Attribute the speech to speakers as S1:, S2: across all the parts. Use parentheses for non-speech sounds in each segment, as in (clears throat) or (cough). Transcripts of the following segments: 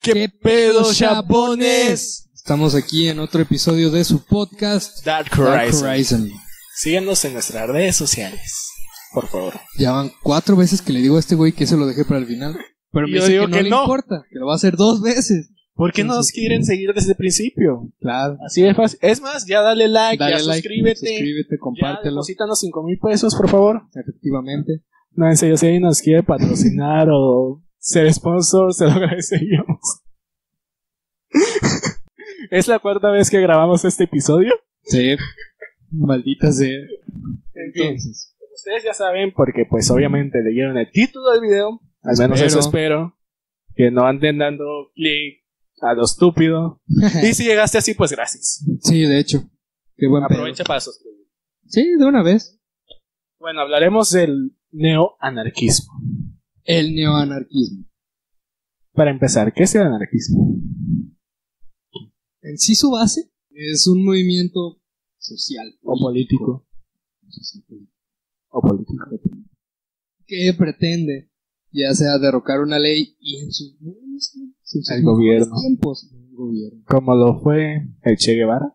S1: ¿Qué pedo, chabones?
S2: Estamos aquí en otro episodio de su podcast
S1: Dark
S2: Dark
S1: Horizon.
S2: Horizon.
S1: Síganos en nuestras redes sociales, por favor.
S2: Ya van cuatro veces que le digo a este güey que eso lo dejé para el final. Pero me
S1: Yo
S2: dice
S1: digo
S2: que no
S1: que
S2: le
S1: no.
S2: importa, que lo va a hacer dos veces.
S1: ¿Por qué no nos quieren seguir desde el principio?
S2: Claro.
S1: Así de fácil. Es más, ya dale like,
S2: Dale
S1: ya
S2: like,
S1: suscríbete.
S2: suscríbete,
S1: Ya
S2: compártelo,
S1: deposítanos 5 mil pesos, por favor.
S2: efectivamente.
S1: No, en serio, si alguien nos quiere patrocinar o ser sponsor, se lo (laughs) agradeceríamos. (laughs) es la cuarta vez que grabamos este episodio.
S2: Sí. Maldita sea.
S1: En fin,
S2: Entonces,
S1: ustedes ya saben, porque pues obviamente leyeron el título del video, al menos
S2: Espero.
S1: eso espero, que no anden dando clic a lo estúpido. y si llegaste así, pues gracias.
S2: sí, de hecho. Qué buen pedo.
S1: Aprovecha para suscribir.
S2: Sí, de una vez.
S1: Bueno, hablaremos del neoanarquismo.
S2: El neoanarquismo.
S1: Para empezar, ¿qué es el anarquismo?
S2: En sí su base es un movimiento social
S1: O político. O político.
S2: que pretende ya sea derrocar una ley y en sus mismos tiempos, en sus
S1: El
S2: mismos
S1: gobierno.
S2: tiempos, un gobierno.
S1: Como lo fue el Che Guevara.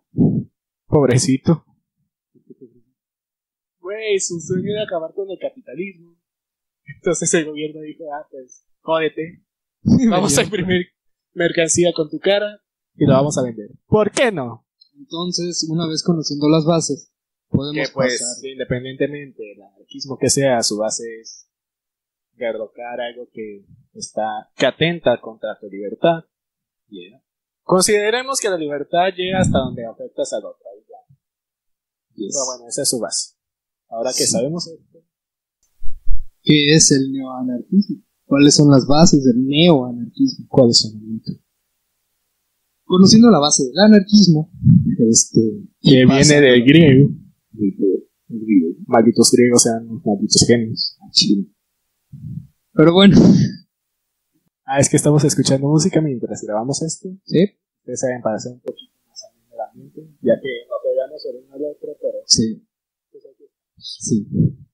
S1: Pobrecito. Güey, su sueño era acabar con el capitalismo. Entonces el gobierno dijo, ah, pues, jódete. (laughs) (laughs) Vamos a imprimir mercancía con tu cara y la vamos a vender. ¿Por qué no?
S2: Entonces, una vez conociendo las bases,
S1: Que
S2: podemos
S1: pues,
S2: pasar.
S1: independientemente del anarquismo que sea, su base es derrocar algo que está que atenta contra tu libertad. Y ya. Consideremos que la libertad llega hasta donde afectas al otro. y ya. Pero bueno, esa es su base. Ahora que
S2: Sí.
S1: sabemos esto,
S2: ¿Qué es el neoanarquismo? ¿Cuáles son las bases del neoanarquismo?
S1: ¿cuáles son?
S2: Conociendo la base del anarquismo, este
S1: Que
S2: pasa-
S1: viene del griego. Malditos griegos sean unos malditos genios.
S2: Pero bueno,
S1: Ah, es que estamos escuchando música mientras grabamos esto.
S2: sí,
S1: Ustedes saben, para hacer un poquito más ameno el ambiente, ya que no pegamos el uno al otro, pero
S2: Sí. Sí.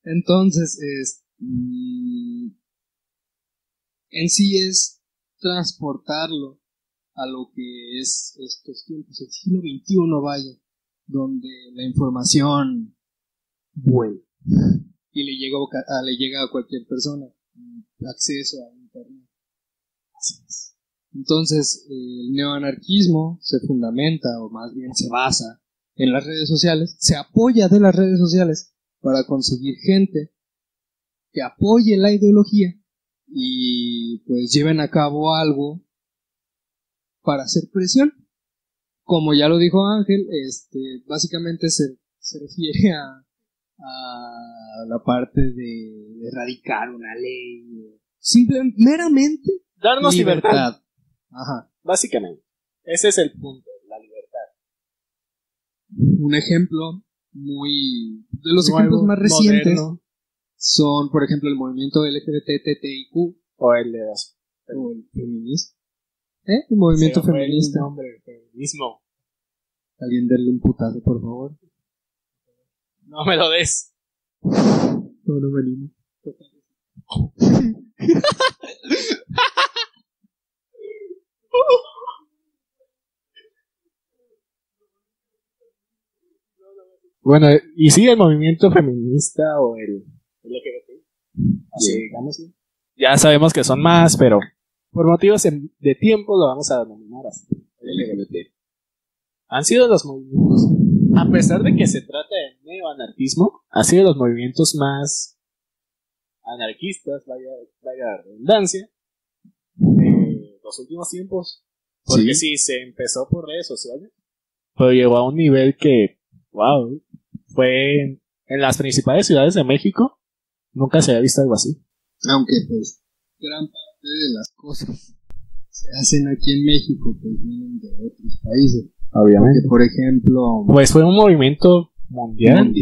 S2: Entonces, es, mm, en sí es transportarlo a lo que es estos tiempos, el siglo XXI, vaya, donde la información vuela y le llega, a ca- a, le llega a cualquier persona, mm, acceso a Internet. Entonces, eh, el neoanarquismo se fundamenta, o más bien se basa, en las redes sociales, se apoya de las redes sociales para conseguir gente que apoye la ideología y pues lleven a cabo algo para hacer presión. Como ya lo dijo Ángel, este básicamente se, se refiere a, a la parte de erradicar una ley, simple, meramente
S1: Darnos libertad.
S2: libertad. Ajá.
S1: Básicamente. Ese es el punto, la libertad.
S2: Un ejemplo muy de los ejemplos más recientes. son, por ejemplo, el movimiento LGBTTIQ
S1: O el de los.
S2: o el feminista. ¿Eh? El movimiento
S1: se fue el
S2: feminista.
S1: nombre, el feminismo.
S2: Alguien denle un putazo, por favor.
S1: No me lo des.
S2: No, no me animo.
S1: Bueno,
S2: eh,
S1: y sí, el movimiento feminista o el LGBT. Así
S2: Bien.
S1: digamos. ¿sí? Ya sabemos que son más, pero por motivos en- de tiempo lo vamos a denominar así. LGBT. Han sido los movimientos, a pesar de que se trata de neoanarquismo, han sido los movimientos más anarquistas, vaya, vaya la redundancia, de los últimos tiempos. Porque sí. se empezó por redes sociales, pero llegó a un nivel que, wow, fue en, en las principales ciudades de México, nunca se había visto algo así.
S2: Aunque, pues, gran parte de las cosas se hacen aquí en México, pues vienen de otros países.
S1: Obviamente.
S2: Que, por ejemplo,
S1: Pues fue un movimiento mundial,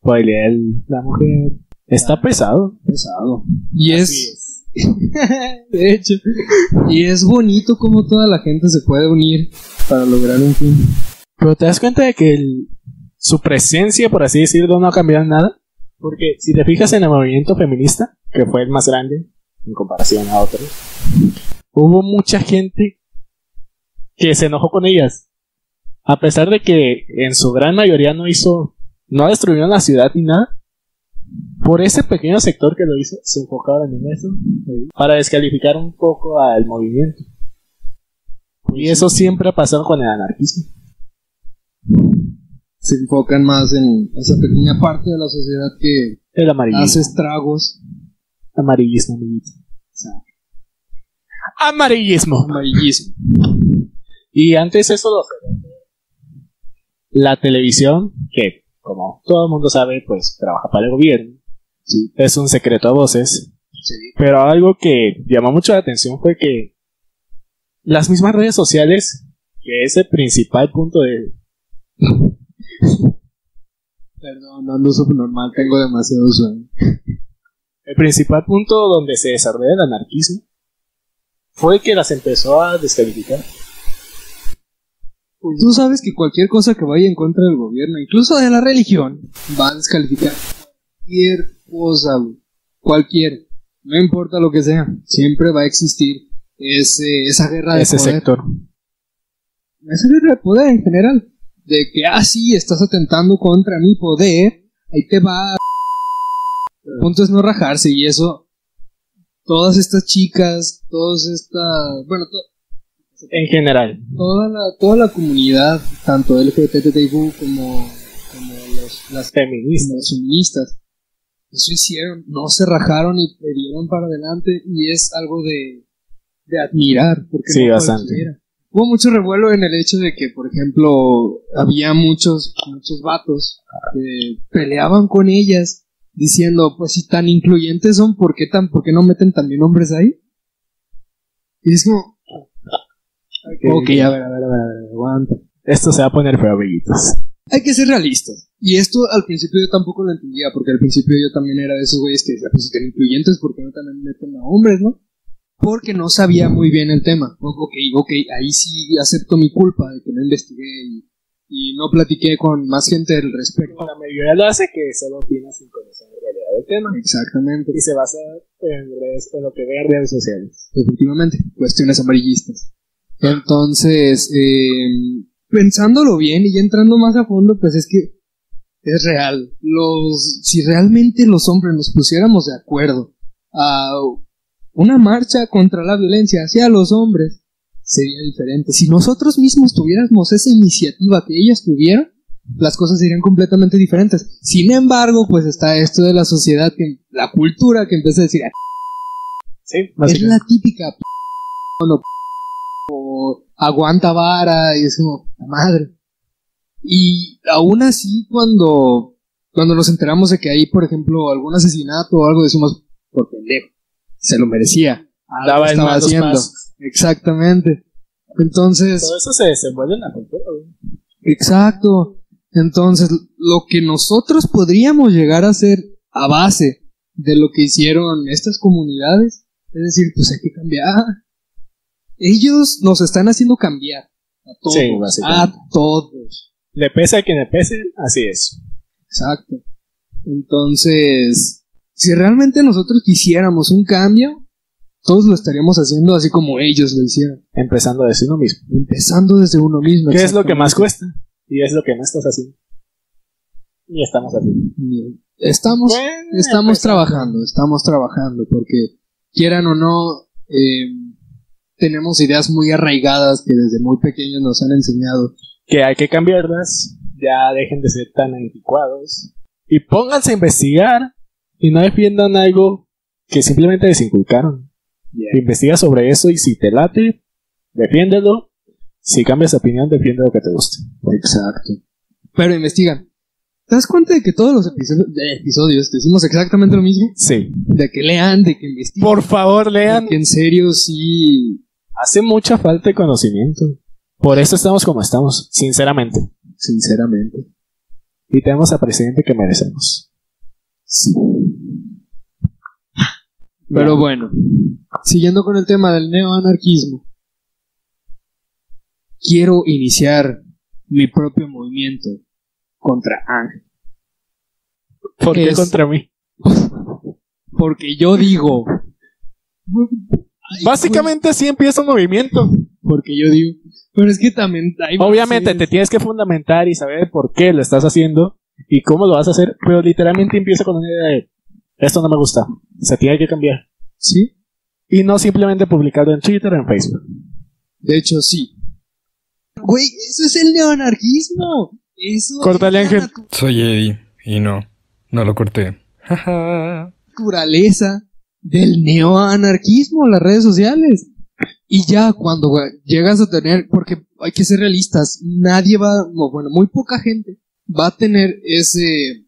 S1: por el Día de la mujer. Está
S2: Ah.
S1: pesado.
S2: pesado. Y
S1: Así
S2: es, (laughs) de hecho, y es bonito como toda la gente se puede unir para lograr un fin.
S1: Pero te das cuenta de que el- su presencia, por así decirlo, no ha cambiado en nada. Porque si te fijas en el movimiento feminista, que fue el más grande en comparación a otros, hubo mucha gente que se enojó con ellas. A pesar de que en su gran mayoría no hizo, no destruyeron la ciudad ni nada, por ese pequeño sector que lo hizo, se enfocaron en eso eh, para descalificar un poco al movimiento. Y eso siempre ha pasado con el anarquismo.
S2: Se enfocan más en esa pequeña parte de la sociedad que
S1: El amarillismo.
S2: hace estragos.
S1: Amarillismo, amiguito. Amarillismo.
S2: Amarillismo.
S1: Y antes eso lo La televisión, que como todo el mundo sabe, pues trabaja para el gobierno.
S2: Sí.
S1: Es un secreto a voces.
S2: Sí.
S1: Pero algo que llamó mucho la atención fue que las mismas redes sociales, que es el principal punto de...
S2: Perdón, ando normal, tengo demasiado sueño.
S1: El principal punto donde se desarrolla el anarquismo fue que las empezó a descalificar.
S2: Tú sabes que cualquier cosa que vaya en contra del gobierno, incluso de la religión, va a descalificar cualquier cosa, güey. cualquier, no importa lo que sea, siempre va a existir ese, esa guerra de
S1: ese
S2: poder.
S1: sector.
S2: Esa guerra de poder en general, de que, ah, sí, estás atentando contra mi poder, ahí te va. El punto es no rajarse y eso, todas estas chicas, todas estas, bueno, to-
S1: En general.
S2: toda la, toda la comunidad, tanto LGBTQ como, como los, las
S1: Feminista.
S2: como los feministas, eso hicieron, no se rajaron y le dieron para adelante y es algo de, de admirar. Porque
S1: Sí,
S2: no
S1: bastante.
S2: cualquiera. Hubo mucho revuelo en el hecho de que, por ejemplo, había muchos, muchos vatos que peleaban con ellas diciendo, pues si tan incluyentes son, ¿por qué, tan, por qué no meten también hombres ahí? Y es como... Ok, a ver, a ver, a ver, a ver, aguanta.
S1: Esto se va a poner feo, amiguitos.
S2: Hay que ser realistas. Y esto al principio yo tampoco lo entendía, porque al principio yo también era de esos güeyes que decía, pues si tan incluyentes, ¿por qué no también meten a hombres, no? Porque no sabía muy bien el tema. O- Ok, ok, ahí sí acepto mi culpa de que no investigué y, y no platiqué con más gente al respecto.
S1: La mayoría lo hace que solo opina sin conocer en realidad el tema
S2: Exactamente,
S1: y se basa en, redes- en lo que ve en redes sociales.
S2: efectivamente, cuestiones amarillistas. Entonces, eh, pensándolo bien y ya entrando más a fondo, pues es que es real. Los, si realmente los hombres nos pusiéramos de acuerdo a una marcha contra la violencia hacia los hombres, sería diferente. Si nosotros mismos tuviéramos esa iniciativa que ellas tuvieron, las cosas serían completamente diferentes. Sin embargo, pues está esto de la sociedad, que la cultura que empieza a decir, "Ah,
S1: Sí,
S2: es la típica p- o no p- o aguanta vara y es como "La madre. Y aún así cuando cuando nos enteramos de que hay, por ejemplo, algún asesinato o algo decimos por pendejo, se lo merecía. Algo
S1: Daba Ah, en
S2: estaba
S1: malos
S2: haciendo.
S1: pasos.
S2: Exactamente. Entonces,
S1: Todo eso se desenvuelve en la cultura. güey.
S2: Exacto. Entonces, lo que nosotros podríamos llegar a hacer a base de lo que hicieron estas comunidades, es decir, pues hay que cambiar. Ellos nos están haciendo cambiar. A todos.
S1: Sí, básicamente.
S2: a todos.
S1: Le pese a quien le pese, así es.
S2: Exacto. Entonces, si realmente nosotros quisiéramos un cambio, todos lo estaríamos haciendo así como ellos lo hicieron.
S1: Empezando desde uno mismo.
S2: Empezando desde uno mismo.
S1: ¿Qué es lo que más cuesta? Y es lo que no estás haciendo. Y estamos haciendo.
S2: exactamente. Estamos
S1: Bueno,
S2: Pues, Estamos
S1: empezando.
S2: trabajando, estamos trabajando, porque quieran o no, eh, tenemos ideas muy arraigadas que desde muy pequeños nos han enseñado.
S1: Que hay que cambiarlas. Ya dejen de ser tan anticuados. Y pónganse a investigar. Y no defiendan algo que simplemente les inculcaron. Investiga sobre eso y si te late, defiéndelo. Si cambias de opinión, defiende lo que te guste.
S2: Exacto. Pero investigan. ¿Te das cuenta de que todos los episodios, de episodios decimos exactamente lo mismo?
S1: Sí.
S2: De que lean, de que investiguen.
S1: Por favor, lean.
S2: de que en serio sí.
S1: Hace mucha falta de conocimiento. Por eso estamos como estamos, sinceramente.
S2: Sinceramente.
S1: Y tenemos a presidente que merecemos.
S2: Sí. Pero bueno, siguiendo con el tema del neoanarquismo, quiero iniciar mi propio movimiento contra Ángel.
S1: ¿Por qué
S2: es-
S1: contra mí?
S2: Porque yo digo,
S1: Básicamente así empieza un movimiento.
S2: porque yo digo, Pero es que también hay
S1: Obviamente te
S2: bases.
S1: tienes que fundamentar y saber por qué lo estás haciendo y cómo lo vas a hacer, pero literalmente empieza con una idea de esto no me gusta, se tiene que cambiar.
S2: Sí,
S1: Y no simplemente publicarlo en Twitter o en Facebook.
S2: de hecho sí. Güey, eso es el neoanarquismo. Eso
S1: Córtale,
S2: es
S1: Ángel.
S2: la
S3: Soy Eddie y no, no lo corté. Jaja.
S2: naturaleza del neoanarquismo, las redes sociales. Y ya cuando güey, llegas a tener, porque hay que ser realistas, nadie va, o bueno, muy poca gente va a tener ese,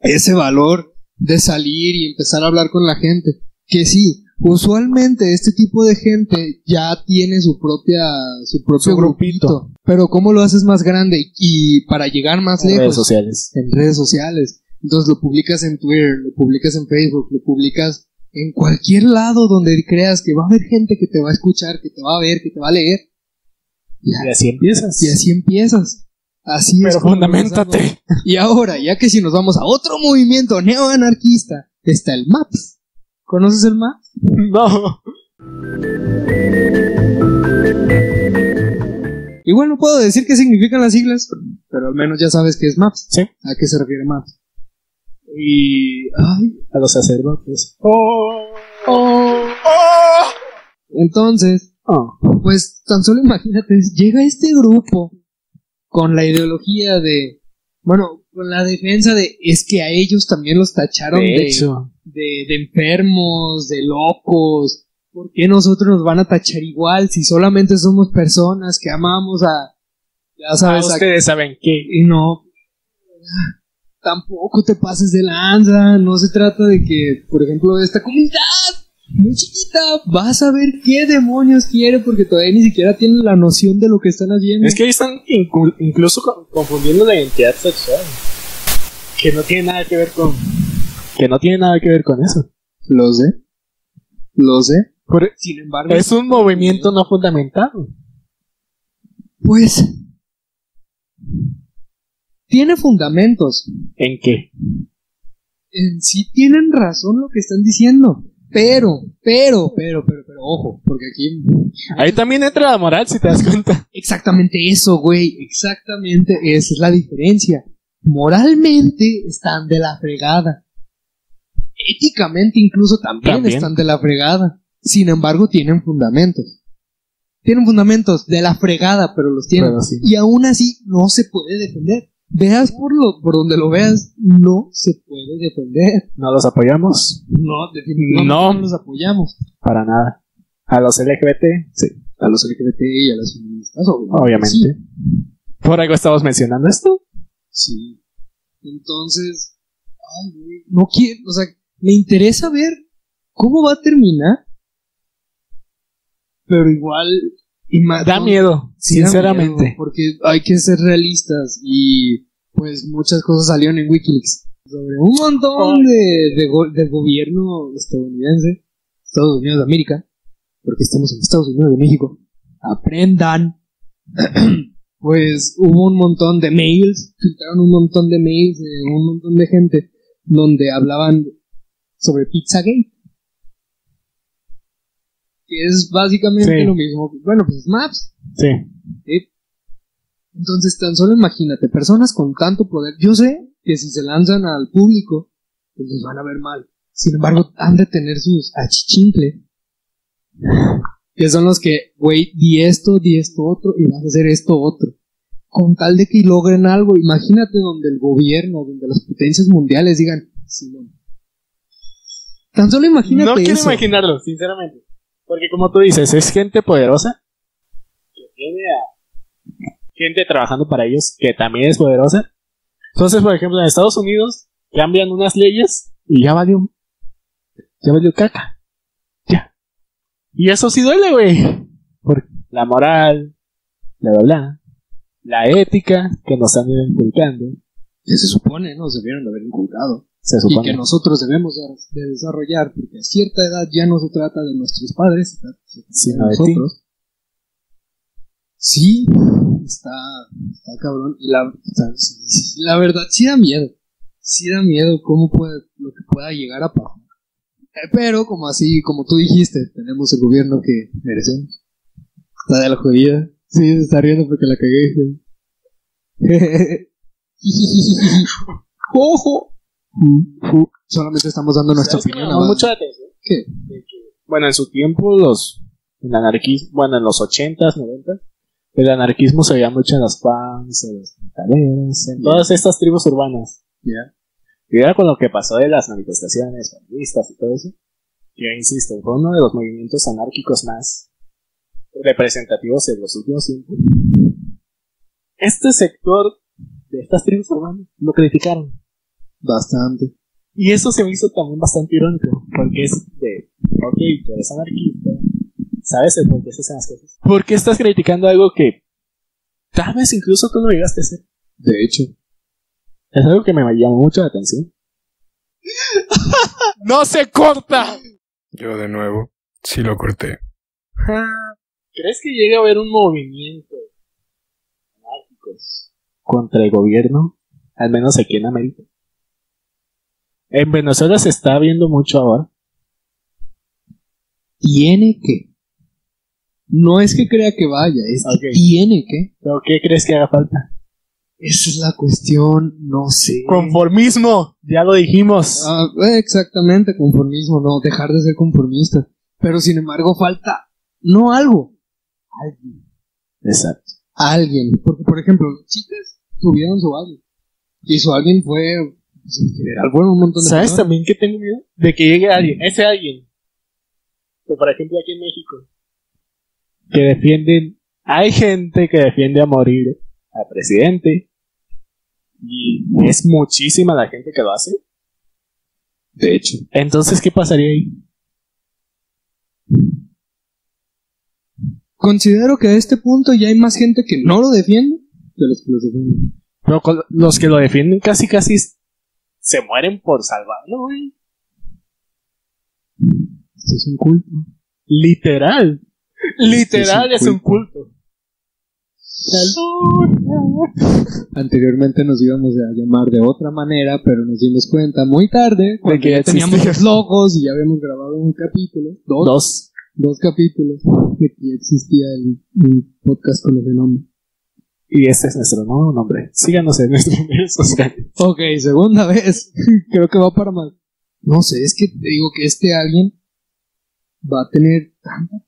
S2: ese valor de salir y empezar a hablar con la gente. Que sí, usualmente este tipo de gente ya tiene su propia, su propio
S1: Su grupito.
S2: grupito. Pero ¿cómo lo haces más grande? Y para llegar más
S1: En redes
S2: lejos,
S1: sociales.
S2: en redes sociales. Entonces lo publicas en Twitter, lo publicas en Facebook, lo publicas en cualquier lado donde creas que va a haber gente que te va a escuchar, que te va a ver, que te va a leer.
S1: Y así empiezas.
S2: Y así empiezas. Así es.
S1: pero
S2: como empezamos.
S1: fundamentate.
S2: Y ahora, ya que si nos vamos a otro movimiento neoanarquista, está el MAPS. ¿Conoces el MAPS?
S1: (laughs) No.
S2: Igual no puedo decir qué significan las siglas, pero al menos ya sabes qué es MAPS.
S1: Sí.
S2: ¿A qué se refiere MAPS? Y... Ay,
S1: A los sacerdotes. Oh.
S2: entonces,
S1: Oh.
S2: Pues tan solo imagínate, llega este grupo con la ideología de, bueno, con la defensa de, es que a ellos también los tacharon de,
S1: De hecho.
S2: de- de enfermos, de locos, ¿por qué nosotros nos van a tachar igual si solamente somos personas que amamos a, ya
S1: Ah,
S2: sabes, a-
S1: ustedes saben que
S2: y no, tampoco te pases de lanza, no se trata de que, por ejemplo, esta comunidad muy chiquita va a saber qué demonios quiere porque todavía ni siquiera tiene la noción de lo que están haciendo.
S1: Es que ahí están inclu- incluso co- confundiendo la identidad sexual. Que no tiene nada que ver con. Que no tiene nada que ver con eso.
S2: lo sé, lo sé.
S1: Por- e-,
S2: Sin embargo,
S1: es un movimiento no fundamentado.
S2: pues tiene fundamentos.
S1: ¿En qué?
S2: en sí tienen razón lo que están diciendo. Pero, pero, pero, pero, pero, ojo, porque aquí
S1: Ahí también entra la moral, si te das cuenta.
S2: Exactamente eso, güey. Exactamente esa es la diferencia. Moralmente están de la fregada. Éticamente incluso también,
S1: También.
S2: están de la fregada. Sin embargo, tienen fundamentos. Tienen fundamentos de la fregada, pero los tienen.
S1: Pero sí.
S2: Y aún así no se puede defender. Veas por, lo, por donde lo veas, no se puede defender.
S1: No los apoyamos.
S2: No, definitivamente
S1: No.
S2: no los apoyamos.
S1: Para nada. A los LGBT, sí,
S2: A los LGBT y a las feministas, obviamente.
S1: obviamente.
S2: Sí.
S1: Por algo estamos mencionando esto.
S2: Sí. Entonces, ay, güey, no quiero, o sea, me interesa ver cómo va a terminar. Pero igual, ima-
S1: Da
S2: no,
S1: miedo,
S2: sí da
S1: sinceramente.
S2: miedo, porque hay que ser realistas y pues muchas cosas salieron en Wikileaks sobre un montón de, de go- del gobierno estadounidense, Estados Unidos de América, porque estamos en Estados Unidos de México. Aprendan (clears throat) pues hubo un montón de mails, filtraron un montón de mails de un montón de gente donde hablaban sobre Pizzagate. Que es básicamente
S1: Sí.
S2: lo mismo. que- Bueno, pues Maps.
S1: Sí.
S2: Entonces, tan solo imagínate, personas con tanto poder. Yo sé que si se lanzan al público, pues les van a ver mal. Sin embargo, han de tener sus achichincle. Que son los que, güey, di esto, di esto otro, y vas a hacer esto otro. Con tal de que logren algo, imagínate donde el gobierno, donde las potencias mundiales digan, Simón. Tan solo imagínate
S1: No quiero
S2: eso.
S1: imaginarlo, sinceramente. Porque como tú dices, es gente poderosa que tiene a gente trabajando para ellos que también es poderosa. Entonces, por ejemplo, en Estados Unidos cambian unas leyes y ya valió ya valió caca. Ya. Y eso sí duele, güey. Por la moral, bla bla bla, la ética que nos han ido inculcando,
S2: Que se supone, ¿no? Se vieron de haber inculcado.
S1: se
S2: y
S1: supone.
S2: que nosotros debemos de, de desarrollar, porque a cierta edad ya no se trata de nuestros padres, se trata de
S1: Sino de ti.
S2: nosotros. Sí, está, está cabrón. Y la, está- la verdad, sí da miedo. Sí da miedo cómo puede, lo que pueda llegar a pasar. Eh, Pero, como así, como tú dijiste, tenemos el gobierno que merecemos. La de la jodida. Sí, se está riendo porque la
S1: (laughs)
S2: (laughs) cagué. ¡Ojo! Solamente estamos dando nuestra
S1: ¿Sabes qué me
S2: opinión.
S1: llamó
S2: nada más.
S1: mucho la atención?
S2: ¿Qué?
S1: De que, Bueno, en su tiempo, los, el anarquismo, bueno, en los 80s, 90 el anarquismo se veía mucho en las PANs, en los metaleros, en
S2: Ya.
S1: todas estas tribus urbanas.
S2: Ya.
S1: Y era con lo que pasó de las manifestaciones feministas y todo eso. Yo insisto, fue uno de los movimientos anárquicos más representativos de los últimos tiempos. Este sector de estas tribus urbanas lo criticaron.
S2: Bastante.
S1: Y eso se me hizo también bastante irónico, porque es de, ok, tú eres anarquista, sabes el por qué se hacen las cosas. ¿Por qué estás criticando algo que tal vez incluso tú no llegaste a ser?
S2: De hecho.
S1: Es algo que me llamó mucho la atención. ¡No se corta!
S3: Yo de nuevo, sí lo corté.
S1: ¿Crees que llega a haber un movimiento anárquico contra el gobierno? Al menos aquí en América. En Venezuela se está viendo mucho ahora.
S2: Tiene que. No es que crea que vaya, es que
S1: Ok.
S2: tiene que.
S1: ¿Pero qué crees que haga falta?
S2: Esa es la cuestión, no sé.
S1: Conformismo, ya lo dijimos.
S2: Ah, eh, exactamente, conformismo, no, dejar de ser conformista. Pero sin embargo falta, no algo, alguien.
S1: Exacto.
S2: Alguien. Porque, por ejemplo, los chicas tuvieron su alguien. Y su alguien fue, pues, en general, fueron un montón de
S1: ¿Sabes
S2: personas.
S1: también que tengo miedo? De que llegue alguien, ese alguien, que por ejemplo aquí en México, que defienden, hay gente que defiende a morir al presidente. Y es muchísima la gente que lo hace.
S2: De hecho.
S1: Entonces, ¿qué pasaría ahí?
S2: Considero que a este punto ya hay más gente que no lo defiende de los que los defienden.
S1: Pero con los que lo defienden casi casi s- se mueren por salvarlo, güey.
S2: Esto es un culto.
S1: Literal. Literal es un culto.
S2: Anteriormente nos íbamos a llamar de otra manera, pero nos dimos cuenta muy tarde, cuando
S1: que
S2: ya
S1: ya
S2: teníamos
S1: existía.
S2: los logos y ya habíamos grabado un capítulo, dos,
S1: Dos.
S2: dos capítulos, que ya existía el, el podcast con ese nombre.
S1: Y este es nuestro nuevo nombre. Síganos en nuestros (laughs) redes sociales.
S2: Ok, segunda (laughs) vez. Creo que va para más. No sé, es que te digo que este alguien va a tener tanta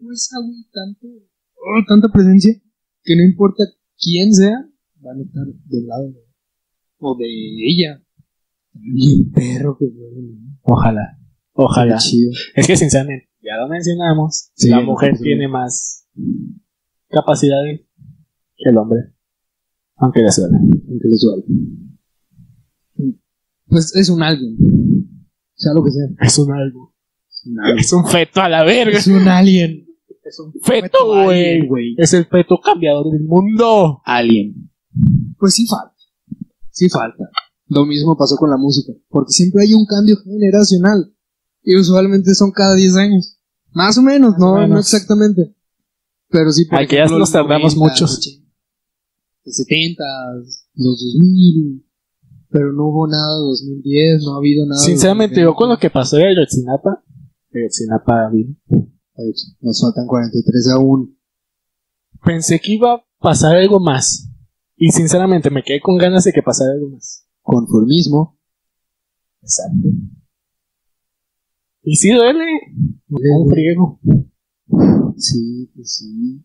S2: fuerza, güey, tanto, oh, tanta presencia, que no importa quién sea, van a estar del lado de él. O de ella. Bien perro que fue, ¿no?
S1: Ojalá. Ojalá.
S2: Qué chido.
S1: Es que sinceramente, ya lo mencionamos,
S2: Sí,
S1: la
S2: lo
S1: mujer
S2: mencioné.
S1: tiene más capacidades que el hombre. Aunque le suene.
S2: aunque les duela. Pues es un alguien. Sea lo que sea.
S1: Es un algo.
S2: Es un alguien.
S1: Es un feto a la verga.
S2: Es un alien.
S1: Es un
S2: Feto
S1: feto,
S2: alien,
S1: güey.
S2: güey.
S1: Es el feto cambiador del mundo. Alien.
S2: pues sí falta. Sí falta. Lo mismo pasó con la música, porque siempre hay un cambio generacional. Y usualmente son cada 10 años. Más o menos,
S1: Más
S2: no,
S1: o menos.
S2: no exactamente. Pero sí, por
S1: Aquí ya
S2: ejemplo,
S1: nos
S2: los
S1: tardamos
S2: 90s,
S1: muchos.
S2: 80s, Los 70, los 2000. Pero no hubo nada de 2010, no ha habido nada. de
S1: Sinceramente, yo
S2: 2020.
S1: con lo que pasó de Ayotzinapa, Ayotzinapa, bien.
S2: Ay, Nos faltan 43 aún.
S1: pensé que iba a pasar algo más. Y sinceramente, me quedé con ganas de que pasara algo más.
S2: Conformismo.
S1: Exacto. Y sí duele. Un friego.
S2: Sí, pues sí.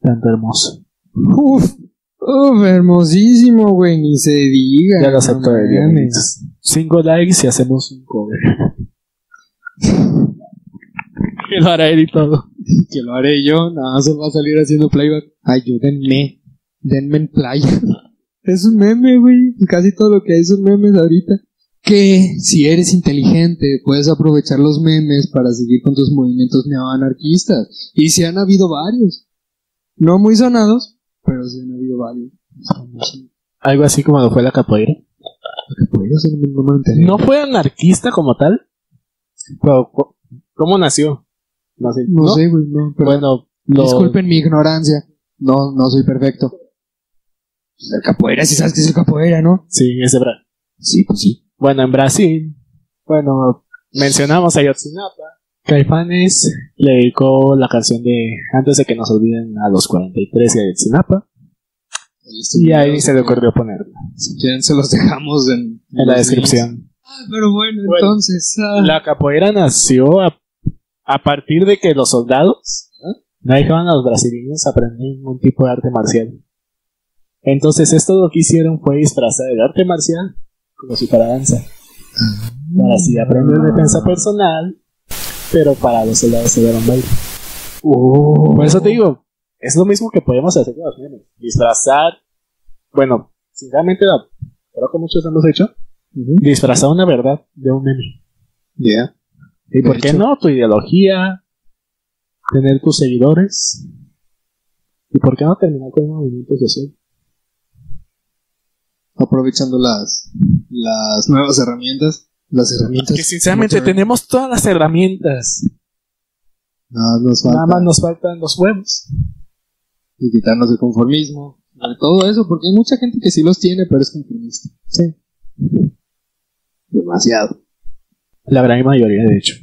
S1: Tanto hermoso.
S2: Uf, uf, hermosísimo, güey, ni se diga.
S1: Ya lo
S2: no
S1: acepto de
S2: mames.
S1: Dios. Cinco likes y hacemos un cover. y (laughs) lo hará editado.
S2: Que lo haré yo, nada más se va a salir haciendo playback. Ayúdenme, denme en playa. (laughs) Es un meme, güey, casi todo lo que hay son memes ahorita. Que si eres inteligente, puedes aprovechar los memes para seguir con tus movimientos neoanarquistas. Y si han habido varios. No muy sonados, pero sí han habido varios.
S1: Algo así como lo fue la capoeira.
S2: Pues, eso no me- no me lo enteré.
S1: No fue anarquista como tal. Pero, co- ¿cómo nació? No sé.
S2: No sé, güey, no, pero
S1: Bueno, lo...
S2: Disculpen mi ignorancia. No, no soy perfecto. Pues el capoeira, si sabes que es el capoeira, ¿no?
S1: Sí, es de Bra-
S2: Sí, pues sí.
S1: Bueno, en Brasil. Bueno, mencionamos a Yotzinapa. Caifanes le dedicó la canción de Antes de que nos olviden a los 43 de Ayotzinapa. Y ahí se le ocurrió ponerla
S2: Si quieren, se los dejamos en,
S1: en la descripción.
S2: Ah, pero bueno,
S1: Bueno.
S2: entonces. ah,
S1: La capoeira nació a, a partir de que los soldados no dejaban a los brasileños aprender ningún tipo de arte marcial. Entonces, esto lo que hicieron fue disfrazar el arte marcial como si fuera danza. Para así aprender defensa personal, pero para los soldados se dieron baile. Oh. Por eso te digo, es lo mismo que podemos hacer con los memes. Disfrazar, bueno, sinceramente, la- creo que muchos hemos hecho, disfrazar una verdad de un meme.
S2: Ya.
S1: ¿Y
S2: De
S1: por qué
S2: hecho.
S1: no? Tu ideología, tener tus seguidores. ¿Y por qué no terminar con un movimiento social?
S2: Aprovechando las, las nuevas herramientas. Las herramientas.
S1: Que sinceramente
S2: modernas.
S1: tenemos todas las herramientas.
S2: Nada más nos
S1: Nada
S2: falta
S1: más nos faltan los huevos.
S2: y quitarnos el conformismo. de todo eso, porque hay mucha gente que sí los tiene, pero es conformista. Sí. Demasiado.
S1: La gran mayoría, de hecho.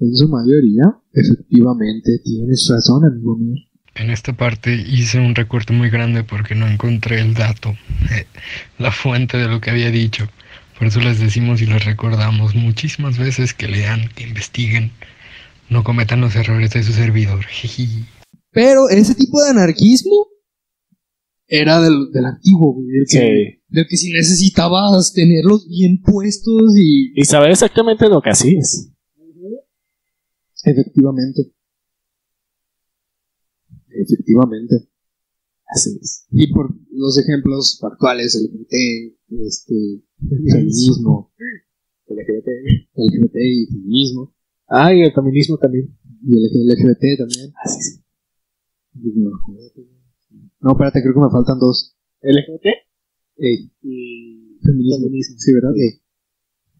S2: En su mayoría, efectivamente, tienes razón, amigo mío.
S3: En esta parte hice un recorte muy grande porque no encontré el dato, (laughs) la fuente de lo que había dicho. Por eso les decimos y les recordamos muchísimas veces que lean, que investiguen, no cometan los errores de su servidor. (laughs) Jeji.
S2: Pero ese tipo de anarquismo era del, del antiguo, güey. Del que,
S1: Sí.
S2: del que si necesitabas tenerlos bien puestos y.
S1: Y saber exactamente lo que así es.
S2: Efectivamente. Efectivamente.
S1: Así es.
S2: Y por los ejemplos actuales, el LGBT, este, el feminismo, el LGBT y feminismo,
S1: Ah, y el feminismo también.
S2: y el LGBT también.
S1: Así es.
S2: No, espérate, creo que me faltan dos.
S1: LGBT
S2: Ey,
S1: y
S2: feminismo. Sí, ¿verdad? Ey.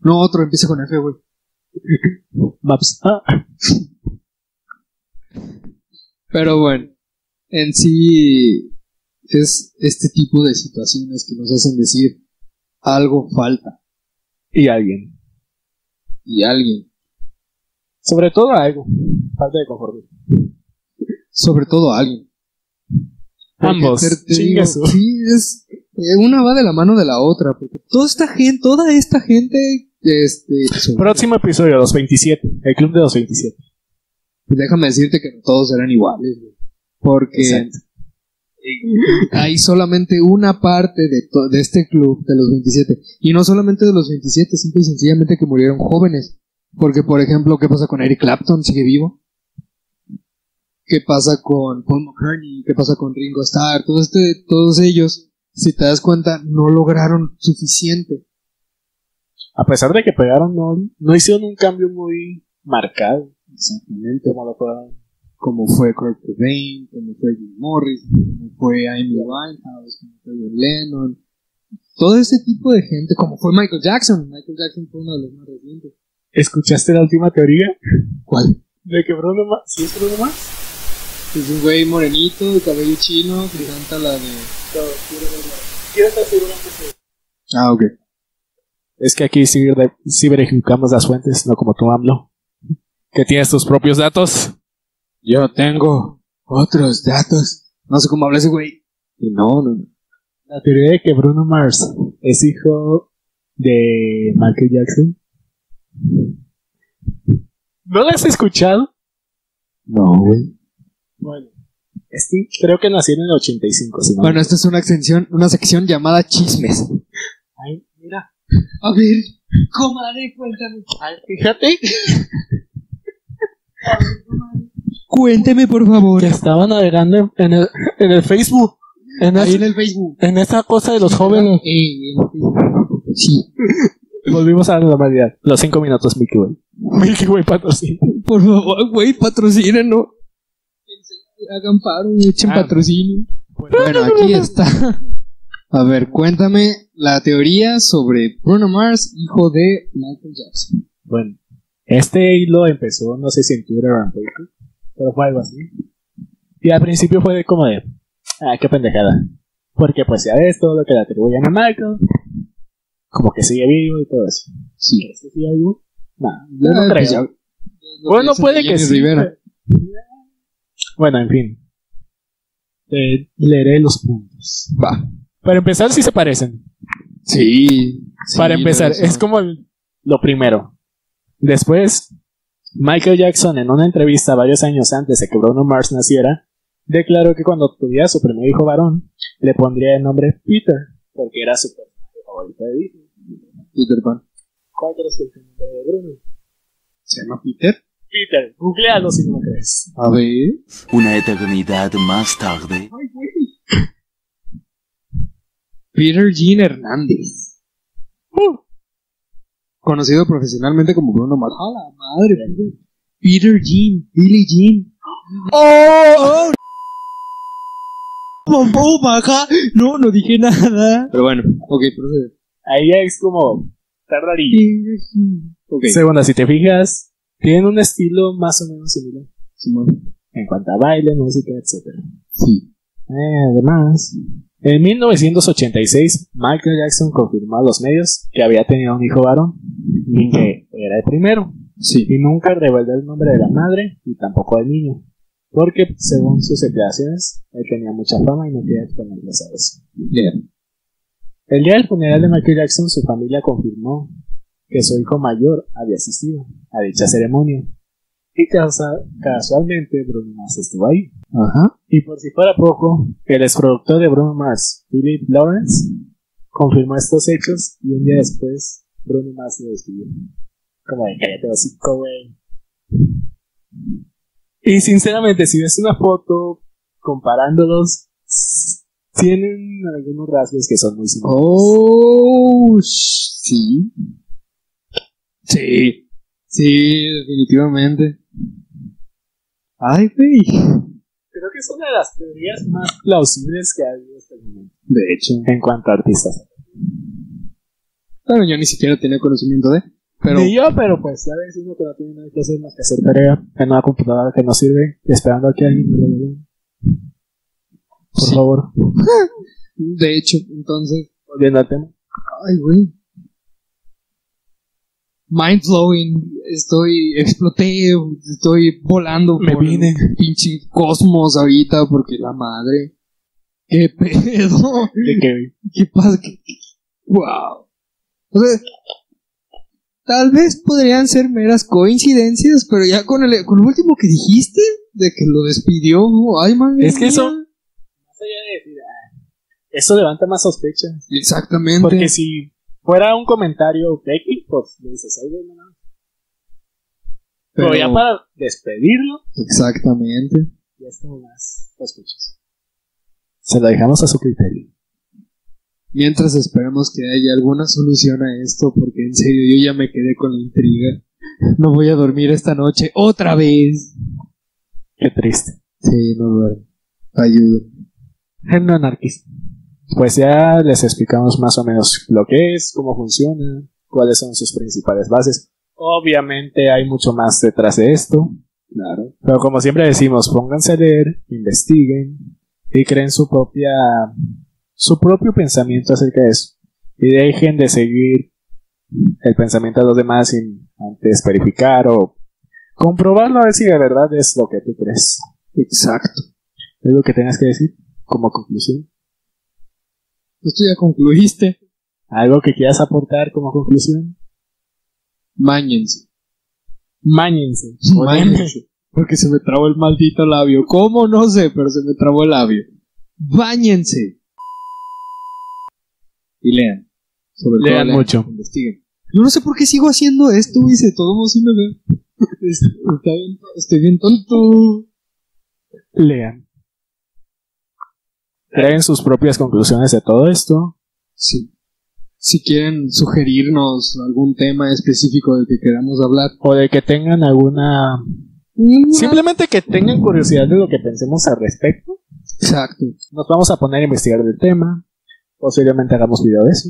S2: No, otro empieza con F, güey.
S1: Maps. Ah,
S2: Pero bueno, en sí es este tipo de situaciones que nos hacen decir algo falta
S1: y alguien.
S2: y alguien,
S1: Sobre todo algo. Falta de conformismo.
S2: sobre todo alguien. Porque
S1: Ambos.
S2: te- te
S1: Chinga
S2: digo,
S1: su-
S2: sí, es eh, una va de la mano de la otra, porque toda esta gente, toda esta gente, este, son-
S1: Próximo episodio, los 27. El club de los 27.
S2: déjame decirte que no todos eran iguales, güey, porque
S1: Exacto.
S2: hay solamente una parte de, to- de este club de los 27. Y no solamente de los 27, simple y sencillamente que murieron jóvenes. Porque, por ejemplo, ¿qué pasa con Eric Clapton? ¿Sigue vivo? ¿Qué pasa con Paul McCartney? ¿Qué pasa con Ringo Starr? Todo este, todos ellos, si te das cuenta, no lograron suficiente.
S1: A pesar de que pegaron, no, no hicieron un cambio muy marcado.
S2: Exactamente. Como fue Kurt Cobain, como fue Jim Morris, como fue Amy Winehouse, como fue John Lennon. Todo ese tipo de gente, como fue Michael Jackson. Michael Jackson fue uno de los más recientes.
S1: ¿Escuchaste la última teoría?
S2: ¿Cuál?
S1: De que Bruno Mars. ¿Sí es Bruno Mars?
S2: Es un güey morenito, de cabello chino, que canta la de...
S1: Quiero estar seguro que sí.
S2: Ah, ok.
S1: Es que aquí sí, ver- sí verificamos las fuentes, no como tú, AMLO. Que tienes tus propios datos.
S2: Yo tengo otros datos. No sé cómo habla ese güey. Y no, no, no.
S1: La teoría de que Bruno Mars es hijo de Michael Jackson. ¿No la has escuchado?
S2: No, güey.
S1: Bueno, este creo que nació en el 85, si no-
S2: Bueno, esta es una extensión, una sección llamada chismes.
S1: Ay, mira.
S2: A ver, comadre, cuéntame.
S1: Fíjate (laughs)
S2: Cuénteme, por favor.
S1: que estaba navegando en, en el, en el Facebook, en,
S2: Ahí
S1: es-
S2: en el Facebook.
S1: en esa cosa de los jóvenes. Eh,
S2: Ey, ey, sí,
S1: Volvimos a la normalidad. Los cinco minutos, Milky Way. Milky Way patrocina.
S2: por favor, güey, patrocínanos. Hagan paro, echen
S1: Ah.
S2: patrocinio.
S1: Bueno.
S2: Bueno, aquí está. A ver, cuéntame la teoría sobre Bruno Mars, hijo de Michael Jackson.
S1: Bueno, este hilo empezó, no sé si en Twitter o en Facebook, pero fue algo así. Y al principio fue de como de, ah, qué pendejada. Porque pues ya ves todo lo que le atribuyen a Michael, como que sigue vivo y todo eso.
S2: Sí.
S1: ¿Crees que sigue vivo? No, yo no
S2: Ah,
S1: creo.
S2: pues ya-
S1: Bueno,
S2: dicen
S1: puede
S2: de
S1: que
S2: Jenny
S1: sí.
S2: Rivera.
S1: pero- Bueno, en fin. Te Eh, leeré los puntos.
S2: Va.
S1: Para empezar, sí se parecen.
S2: Sí.
S1: Para empezar, es como el- lo primero. Después, Michael Jackson en una entrevista varios años antes de que Bruno Mars naciera, declaró que cuando tuviera su primer hijo varón, le pondría el nombre Peter, porque era su personaje favorito de Disney.
S2: Peter Pan.
S1: ¿Cuál crees que es el nombre de Bruno?
S2: ¿Se llama Peter?
S1: Peter, googlealo si no lo crees.
S2: A ver.
S4: Una eternidad más tarde.
S2: Peter Jean Hernández. Uh. Conocido profesionalmente como Bruno Mars. ¡A la madre! Peter. Peter Jean. Billy Jean. ¡Oh! ¡Oh! baja! No, no dije nada. Pero bueno, ok, procede.
S1: Ahí ya es como tardarillo.
S2: Peter Jean. Ok,
S1: Segunda, si te fijas, tienen un estilo más o menos similar
S2: Simón.
S1: en cuanto a baile, música, etcétera.
S2: Sí.
S1: Eh, además, en 1986, Michael Jackson confirmó a los medios que había tenido un hijo varón y que era el primero.
S2: Sí.
S1: Y nunca reveló el nombre de la madre y tampoco del niño, porque según sus declaraciones, él tenía mucha fama y no quería exponerlas a eso.
S2: Yeah.
S1: El día del funeral de Michael Jackson, su familia confirmó que su hijo mayor había asistido a dicha ceremonia. Y causa- casualmente Bruno Mars estuvo ahí.
S2: Ajá.
S1: Y por si fuera poco, el exproductor de Bruno Mars, Philip Lawrence, confirmó estos hechos y un día después Bruno Mars lo despidió. Como de cállate hocico, güey. Y sinceramente, si ves una foto comparándolos, s- tienen algunos rasgos que son muy similares.
S2: Oh, sh- sí. Sí. Sí, definitivamente. Ay, güey.
S1: Creo que es una de las teorías más plausibles que ha habido hasta el momento.
S2: De hecho.
S1: En cuanto a artistas.
S2: Claro, yo ni siquiera tenía conocimiento de. Pero.
S1: Ni yo, pero pues, a veces uno que no tiene nada que hacer más que hacer tarea en una computadora que no sirve, esperando a que alguien lo regale. Por
S2: Sí.
S1: favor,
S2: De hecho, entonces.
S1: volviendo al tema.
S2: Ay, güey. Mind blowing. Estoy. exploté. Estoy volando
S1: Me
S2: por
S1: vine.
S2: el pinche cosmos ahorita porque la madre. ¿Qué (laughs) pedo?
S1: De que
S2: ¿Qué pasa? ¿Qué- qué- Wow. O sea, tal vez podrían ser meras coincidencias, pero ya con el, con lo último que dijiste, de que lo despidió, ay, madre
S1: Es que eso-
S2: mía.
S1: más allá de decir, "Ah", eso levanta más sospechas.
S2: Exactamente.
S1: Porque si fuera un comentario X, pues le dices, "Ay, bueno, no". Pero,
S2: Pero-
S1: ya para despedirlo,
S2: Exactamente.
S1: ya es como más sospechoso. Se lo dejamos a su criterio.
S2: Mientras esperemos que haya alguna solución a esto, porque en serio yo ya me quedé con la intriga. No voy a dormir esta noche otra vez.
S1: Qué triste.
S2: Sí, no duermo. Ayuda.
S1: Genio anarquista. Pues ya les explicamos más o menos lo que es, cómo funciona, cuáles son sus principales bases. Obviamente hay mucho más detrás de esto,
S2: Claro.
S1: pero como siempre decimos, pónganse a leer, investiguen y creen su propia su propio pensamiento acerca de eso. Y dejen de seguir el pensamiento de los demás sin antes verificar o comprobarlo a ver si de verdad es lo que tú crees.
S2: Exacto.
S1: Es lo que tengas que decir como conclusión.
S2: Pues tú ya concluiste.
S1: ¿Algo que quieras aportar como conclusión?
S2: Máñense.
S1: Máñense.
S2: Máñense. Porque se me trabó el maldito labio. ¿Cómo? No sé, pero se me trabó el labio. Báñense. Y lean. Sobre todo
S1: Lean mucho.
S2: Investiguen. Yo no sé por qué sigo haciendo esto, y se todo mundo sí me ve. (laughs) Es- está bien- estoy bien tonto.
S1: Lean. Creen sus propias conclusiones de todo esto.
S2: Sí. Si quieren sugerirnos algún tema específico del que queramos hablar.
S1: O de que tengan alguna... Simplemente que tengan curiosidad de lo que pensemos al respecto.
S2: Exacto.
S1: Nos vamos a poner a investigar del tema. Posiblemente hagamos video de eso.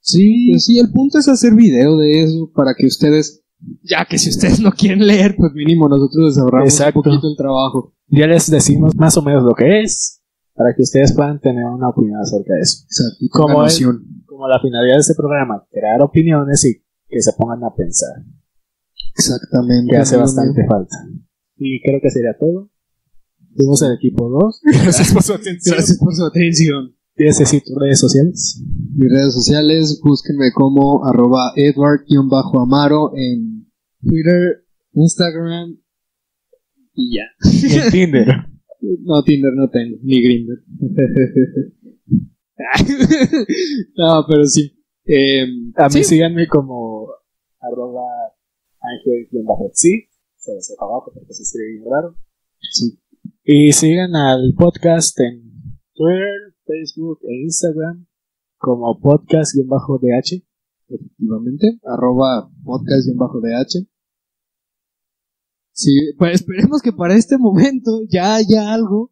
S2: Sí, sí, Pues, el punto es hacer video de eso para que ustedes, ya que si ustedes no quieren leer, pues mínimo nosotros les ahorramos
S1: Exacto.
S2: un poquito el trabajo.
S1: Ya les decimos más o menos lo que es. Para que ustedes puedan tener una opinión acerca de eso.
S2: Exacto. y
S1: Como
S2: tengan
S1: es.
S2: noción.
S1: Como la finalidad de este programa, crear opiniones y que se pongan a pensar.
S2: Exactamente.
S1: que hace
S2: amigo
S1: bastante
S2: mío.
S1: falta. Y creo que sería todo. Fuimos el equipo 2. Gracias por su atención.
S2: Gracias por su atención.
S1: ¿Tienes así tus redes sociales?
S2: Mis redes sociales, búsquenme como arroba edward-amaro en Twitter, Instagram y ya.
S1: En Tinder.
S2: (laughs) No, Tinder no tengo, ni Grindr. (laughs) no, pero sí. Em,
S1: A mí
S2: sí,
S1: síganme como arroba ángel bajo sí. Se los dejo abajo porque se escribe bien raro.
S2: sí.
S1: Y sigan al podcast en Twitter, Facebook e Instagram como podcast-dh.
S2: efectivamente, arroba podcast y bajo DH. Sí, pues esperemos que para este momento ya haya algo,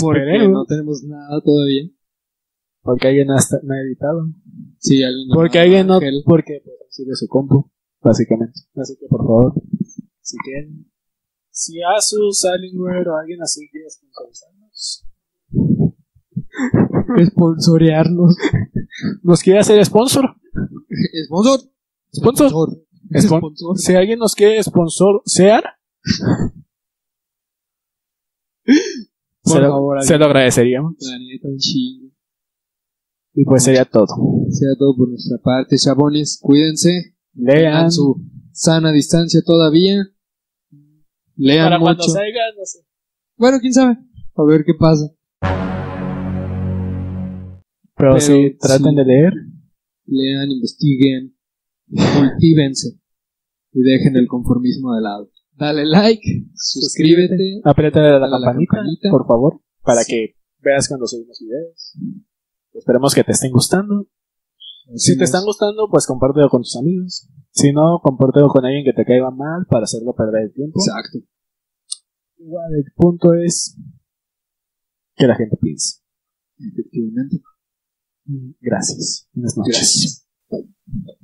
S2: porque
S1: Esperemos,
S2: no tenemos nada todavía.
S1: porque alguien hasta no ha editado.
S2: Sí, alguien
S1: Porque
S2: llamado
S1: alguien no.
S2: Ángel.
S1: Porque pues, sirve su compu, básicamente. Así que, por favor, si quieren. Si Asus, Alienware o alguien así quiere sponsorizarnos,
S2: (laughs) Sponsorearnos.
S1: nos quiere hacer sponsor.
S2: Sponsor.
S1: Sponsor. Espon-
S2: Sponsor.
S1: Si alguien nos quiere sponsor, sean.
S2: (laughs) Por
S1: se, lo,
S2: favor, alguien.
S1: se lo agradeceríamos.
S2: La neta, un chingo.
S1: Y pues sería todo.
S2: Sea todo por nuestra parte, chabones. Cuídense.
S1: Lean.
S2: Tengan su sana distancia todavía. Lean
S1: Para cuando
S2: mucho.
S1: salgan, no sé.
S2: Bueno, quién sabe. A ver qué pasa.
S1: Pero,
S2: Pero
S1: sí, traten
S2: sí.
S1: de leer.
S2: lean, investiguen, cultívense y dejen el conformismo de lado. Dale like, suscríbete.
S1: Apriétale la,
S2: Dale a la
S1: campanita,
S2: campanita.
S1: por favor, para que veas cuando subimos videos. Esperemos que te estén gustando. Si te están gustando, pues compártelo con tus amigos. Si no, compártelo con alguien que te caiga mal para hacerlo perder el tiempo.
S2: Exacto.
S1: Igual, el punto es que la gente piense.
S2: Efectivamente.
S1: Gracias. Buenas noches.
S2: Gracias.